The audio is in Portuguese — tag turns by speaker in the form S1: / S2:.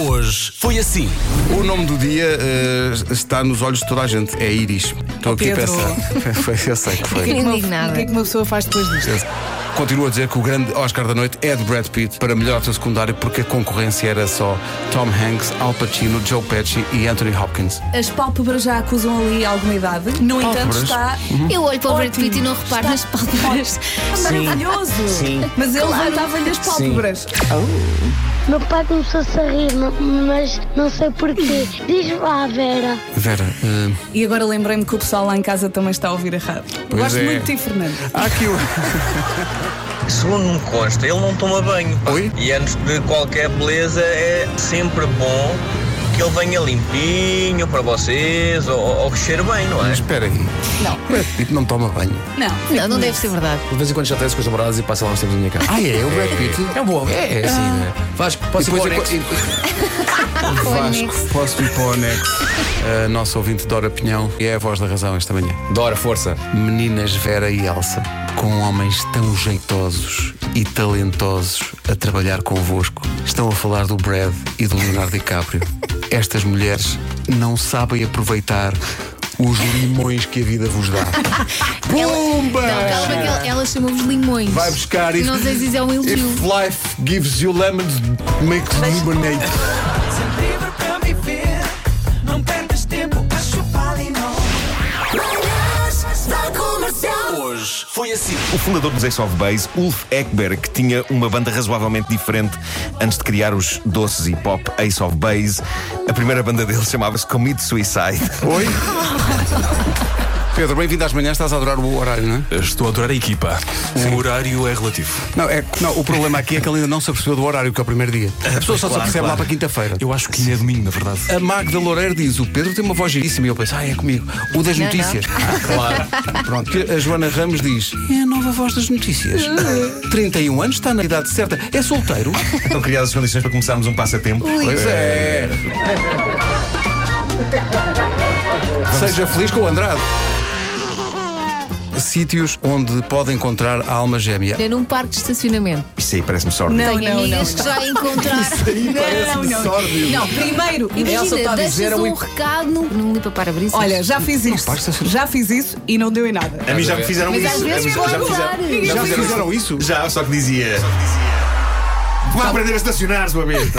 S1: hoje foi assim.
S2: O nome do dia eh, está nos olhos de toda a gente. É Iris. Estou aqui a
S3: Pedro.
S2: pensar. Foi, eu sei que foi.
S3: Uma-
S4: Indignada.
S3: O que é que uma pessoa faz depois disto?
S2: Continuo a dizer que o grande Oscar da noite é de Brad Pitt para melhor ator secundário porque a concorrência era só Tom Hanks, Al Pacino, Joe Pesci e Anthony Hopkins.
S5: As pálpebras já acusam ali alguma idade. No entanto,
S2: Pálpebras? Uhum.
S5: está
S4: Eu olho para o Brad
S5: Ótimo.
S4: Pitt e não reparo nas pálpebras.
S5: maravilhoso. Mas ele levantava-lhe as pálpebras.
S6: Meu pai começou-se a rir, ma- mas não sei porquê. Diz lá, Vera.
S2: Vera, eh,
S5: E agora lembrei-me que o pessoal lá em casa também está a ouvir a rádio.
S2: Pois
S3: Gosto
S2: é.
S3: muito de ti, Fernando.
S2: há aqui um- o.
S7: Segundo me consta, ele não toma banho. pá.
S2: Oi?
S7: E antes de qualquer beleza, é sempre bom que ele venha limpinho para vocês ou, ou que cheire bem, não é?
S2: Mas espera aí. Não. Brad Pitt não toma banho.
S5: Não,
S4: Não, não deve ser verdade.
S1: De vez em quando já tens com os namorados e passa lá uns tempos na minha casa.
S2: Ah, é? É o Brad Pitt?
S1: É bom. É, é assim,
S4: Ah.
S1: né? Vasco,
S2: E
S1: posso ir
S2: depois
S1: para o
S2: eu-
S1: Next?
S2: e- Vasco, posso ir para o Next? A nossa ouvinte Dora Pinhão é a voz da razão esta manhã.
S1: Dora, força.
S2: Meninas Vera e Elsa, com homens tão jeitosos e talentosos a trabalhar convosco, estão a falar do Brad e do Leonardo DiCaprio. Estas mulheres não sabem aproveitar os limões que a vida vos dá. Pumba!
S4: Não, calma, que ela, ela chamou-vos limões.
S2: Vai buscar isso.
S4: Não sei se isso é um elogio.
S2: If life gives you lemons, makes lemonade.
S8: Sempre livre pra me ver. Não perdas tempo a chupar limão. Manhãs da comercial.
S1: Hoje foi assim.
S9: O fundador dos Ace of Base, Ulf Ekberg, que tinha uma banda razoavelmente diferente antes de criar os doces e pop Ace of Base. A primeira banda dele chamava-se Commit Suicide.
S2: Oi? Pedro, bem-vindo às manhãs, estás a adorar o horário, não é?
S1: Estou a adorar a equipa. O horário é relativo.
S2: Não, é, não, o problema aqui é que ele ainda não se apercebeu do horário, que é o primeiro dia. A pessoa só se
S9: claro,
S2: apercebe lá
S9: claro.
S2: para quinta-feira.
S1: Eu acho que ainda é domingo, na verdade.
S2: A Magda Loureiro diz: o Pedro tem uma voz giríssima. E eu penso: ah, é comigo. O das
S4: Não,
S2: notícias. Ah, claro. Pronto. A Joana Ramos diz: é a nova voz das notícias. 31 anos, está na idade certa. É solteiro?
S9: Estão criadas Então as condições para começarmos um passatempo.
S2: Pois é. Seja feliz com o Andrade. Sítios onde pode encontrar a alma gêmea.
S4: É num parque de estacionamento.
S9: Isso aí parece-me sorte.
S5: não,
S4: Tenho
S5: não, não.
S4: amigas que já encontraram.
S5: Não, não, não. Primeiro, Elsa está
S4: Imagina,
S5: a
S4: deixas
S5: dizer
S4: um
S5: ao-
S4: recado num, num limpa para-brisas.
S3: Olha, já fiz isto.
S2: parece ser-
S3: Já fiz isso e não deu em nada.
S9: A mim já me fizeram
S4: Mas
S9: isso.
S4: às vezes é
S9: A mim
S4: pode
S9: já, me
S4: usar.
S9: fizeram.
S4: Ninguém
S2: Já
S9: me fizeram
S2: fizeram isso?
S9: Já, só que dizia. Vá aprender a estacionar, sua besta.